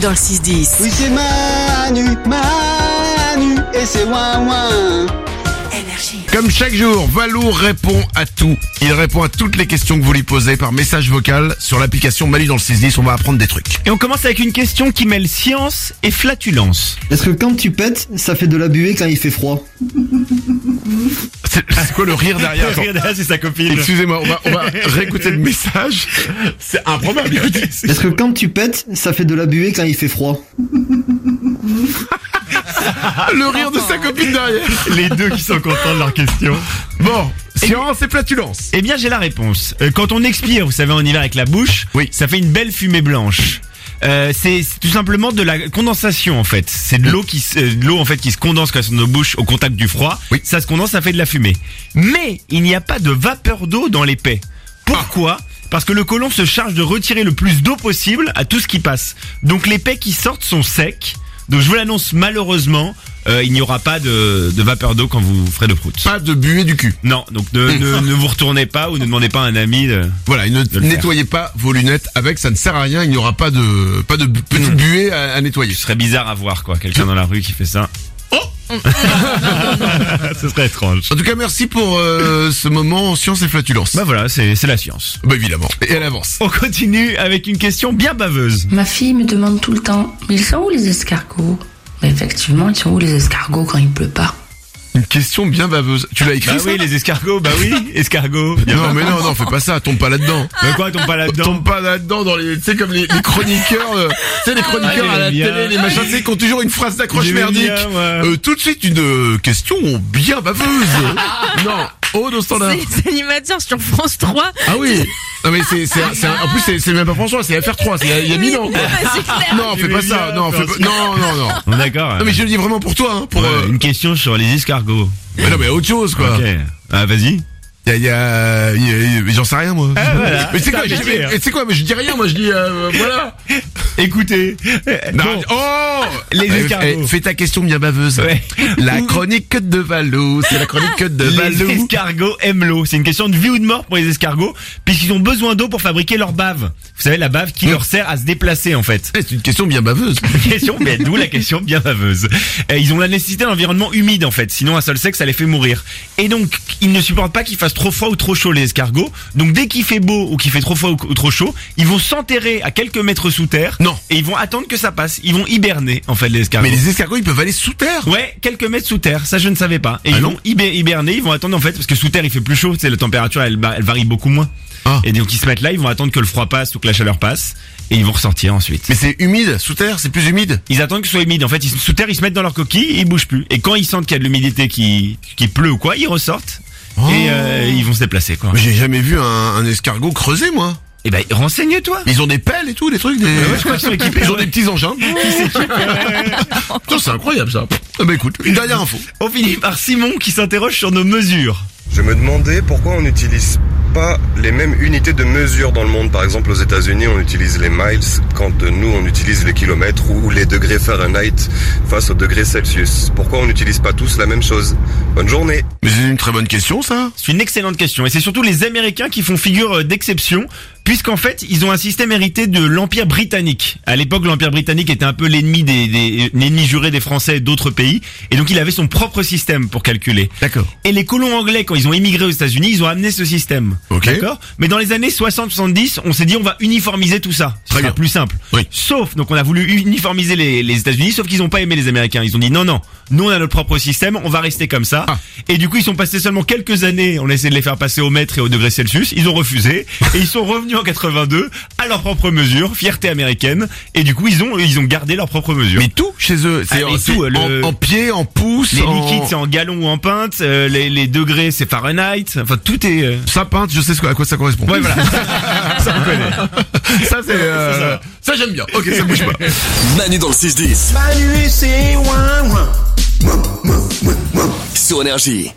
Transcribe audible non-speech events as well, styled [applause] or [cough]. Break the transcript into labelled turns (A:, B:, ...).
A: dans le 6-10.
B: Oui, c'est Manu, Manu, et c'est ouin ouin.
A: Énergie.
C: Comme chaque jour, Valou répond à tout. Il répond à toutes les questions que vous lui posez par message vocal sur l'application Manu dans le 610. On va apprendre des trucs.
D: Et on commence avec une question qui mêle science et flatulence.
E: Est-ce que quand tu pètes, ça fait de la buée quand il fait froid
C: C'est Ah, c'est quoi le rire derrière genre
D: c'est sa copine.
C: Excusez-moi, on va, on va réécouter le message. C'est improbable. écoutez.
E: Est-ce que quand tu pètes, ça fait de la buée quand il fait froid
C: Ah, Le rire de sa copine derrière.
D: Les deux qui sont contents de leur question.
C: Bon, science et flatulence.
D: Eh bien, j'ai la réponse. Euh, quand on expire, vous savez, en hiver avec la bouche,
C: Oui.
D: ça fait une belle fumée blanche. Euh, c'est c'est tout simplement de la condensation en fait. C'est de l'eau qui se- euh, de l'eau en fait qui se condense quand nos bouches au contact du froid.
C: Oui.
D: Ça se condense, ça fait de la fumée. Mais il n'y a pas de vapeur d'eau dans les pets. Pourquoi
C: Ah.
D: Parce que le colon se charge de retirer le plus d'eau possible à tout ce qui passe. Donc les pets qui sortent sont secs. Donc je vous l'annonce malheureusement, euh, il n'y aura pas de, de vapeur d'eau quand vous ferez le prout.
C: Pas de buée du cul.
D: Non, donc ne,
C: [laughs]
D: ne, ne vous retournez pas ou ne demandez pas à un ami. euh, De...
C: Voilà, et ne
D: le faire.
C: nettoyez pas vos lunettes avec, ça ne sert à rien, il n'y aura pas de pas de bu-
D: Mm.
C: petite buée à, à nettoyer.
D: Ce serait bizarre à voir quoi, quelqu'un dans la rue qui fait ça. [laughs] Oh Ce serait étrange.
C: En tout cas, merci pour euh, ce moment science et flatulence.
D: Bah voilà, c'est c'est la science.
C: Bah évidemment. Et elle avance.
D: On continue avec une question bien baveuse.
F: Ma fille me demande tout le temps, mais ils sont où les escargots Mais effectivement, ils sont où les escargots quand il pleut pas
C: Une question bien baveuse. Tu l'as écrit
D: Bah
C: ça
D: oui, les escargots, bah oui,
C: [laughs]
D: escargots. Y a
C: Non
D: pas-
C: mais non non, fais pas ça, tombe pas là-dedans.
D: Mais quoi, tombe pas là-dedans
C: Tombe pas là-dedans dans les tu sais comme les, les chroniqueurs, euh, tu sais les chroniqueurs
D: Ah,
C: à la
D: j'aime bien.
C: télé, les machins, tu sais qui ont toujours une phrase d'accroche
D: J'aime bien,
C: merdique.
D: ouais.
C: Euh, tout de suite une euh, question bien baveuse.
D: [laughs]
C: non, haut au standard.
G: C'est c'est animateur sur France 3.
C: Ah oui. Non mais c'est c'est un- c'est un- en plus c'est c'est même pas François, c'est FR3, c'est il y a- il y a mille
G: [laughs]
C: ans. quoi.
G: C'est clair.
C: Non, fais
D: J'aimais
C: pas ça.
D: bien,
C: Non, fais pas...
D: parce que-
C: non, non, non.
D: On est D'accord.
C: Non, mais je le dis vraiment pour toi, hein, pour.
D: Ouais,
C: euh,
D: Une question sur les escargots.
C: Mais non, mais autre chose, quoi.
D: Ok. Ah vas-y.
C: Y a, y a, y a- y a- j'en sais rien, moi.
D: Ah, voilà.
C: Mais c'est
D: Ça
C: quoi,
D: fait
C: je-
D: plaisir.
C: mais c'est quoi, mais je dis rien, moi, je dis euh, voilà.
D: Écoutez.
C: Non,
D: Bon.
C: Oh,
D: Les
C: Eh,
D: escargots.
C: eh, fais ta question bien baveuse.
D: Ouais.
C: [laughs] La chronique de Valou, c'est la chronique de
D: Les
C: Valou.
D: escargots aiment l'eau. C'est une question de vie ou de mort pour les escargots, puisqu'ils ont besoin d'eau pour fabriquer leur bave. Vous savez, la bave
C: Mm.
D: qui leur sert à se déplacer, en fait.
C: Eh, C'est une question bien baveuse.
D: question, mais d'où la question bien baveuse. Euh, ils ont la nécessité d'un environnement humide en fait, sinon un seul sexe ça les fait mourir. Et donc ils ne supportent pas qu'il fasse trop froid ou trop chaud les escargots. Donc dès qu'il fait beau ou qu'il fait trop froid ou, ou trop chaud, ils vont s'enterrer à quelques mètres sous terre.
C: Non.
D: Et ils vont attendre que ça passe. Ils vont hiberner en fait les escargots.
C: Mais les escargots, ils peuvent aller sous terre.
D: Ouais, quelques mètres sous terre, ça je ne savais pas. Et
C: Ah
D: ils
C: non
D: vont hibé- hiberner, ils vont attendre en fait, parce que sous terre il fait plus chaud, c'est la température elle, ba- elle varie beaucoup moins.
C: Ah.
D: Et donc ils se mettent là, ils vont attendre que le froid passe ou que la chaleur passe, et ils vont ressortir ensuite.
C: Mais c'est humide, sous terre, c'est plus humide.
D: Ils attendent que ce soit humide. En fait, ils, sous terre, ils se mettent dans leur coquille, ils bougent plus. Et quand ils sentent qu'il y a de l'humidité qui, qui pleut ou quoi, ils ressortent.
C: Oh.
D: Et euh, ils vont se déplacer, quoi.
C: Mais J'ai jamais vu un, un escargot creuser, moi.
D: Et ben, renseigne-toi.
C: Mais ils ont des pelles et tout, des trucs. Des...
D: ouais, je crois qu'ils sont équipés,
C: [laughs]
D: [laughs]
C: Ils ont
D: ouais.
C: des petits engins. Putain, c'est incroyable ça. Ah bah écoute, une dernière info.
D: On finit par Simon qui s'interroge sur nos mesures.
H: Je me demandais pourquoi on n'utilise pas les mêmes unités de mesure dans le monde. Par exemple, aux États-Unis, on utilise les miles, quand euh, nous, on utilise les kilomètres ou les degrés Fahrenheit face aux degrés Celsius. Pourquoi on n'utilise pas tous la même chose Bonne journée
C: Mais c'est une très bonne question ça.
D: C'est une excellente question. Et c'est surtout les Américains qui font figure euh, d'exception, puisqu'en fait, ils ont un système hérité de l'Empire britannique. À l'époque, l'Empire britannique était un peu l'ennemi des, des euh, l'ennemi juré des Français et d'autres pays. Et donc, il avait son propre système pour calculer.
C: D'accord.
D: Et les colons anglais, quand ils ont émigré aux États-Unis, ils ont amené ce système.
C: Ok.
D: D'accord. Mais dans les années 60-70, on s'est dit on va uniformiser tout ça. Ce
C: Très
D: sera
C: bien.
D: plus simple.
C: Oui.
D: Sauf, donc on a voulu uniformiser les, les États-Unis, sauf qu'ils n'ont pas aimé les Américains. Ils ont dit non, non, nous on a notre propre système, on va rester comme ça.
C: Ah.
D: Et du coup, ils sont passés seulement quelques années. On a essayé de les faire passer au mètre et au degré Celsius. Ils
C: [laughs]
D: ont refusé et ils sont revenus en 82 à leur propre mesure, fierté américaine. Et du coup, ils ont ils ont gardé leur propre mesure.
C: Mais tout chez eux, c'est
D: Ah,
C: en,
D: mais
C: c'est
D: tout,
C: en-
D: le-
C: en pied, en pouce,
D: les
C: en...
D: liquides, c'est en gallons ou en pintes. euh, les, les degrés, c'est Fahrenheit. Enfin, tout est. euh,
C: ça peinte, je sais ce que- à quoi ça correspond.
D: Ouais, voilà. Ça, on connaît.
C: ça
D: [laughs]
C: c'est euh, ça, j'aime bien. OK, ça bouge pas.
I: Manu dans le 6-10.
B: Manu et c'est ouin ouin.
I: Sur Énergie.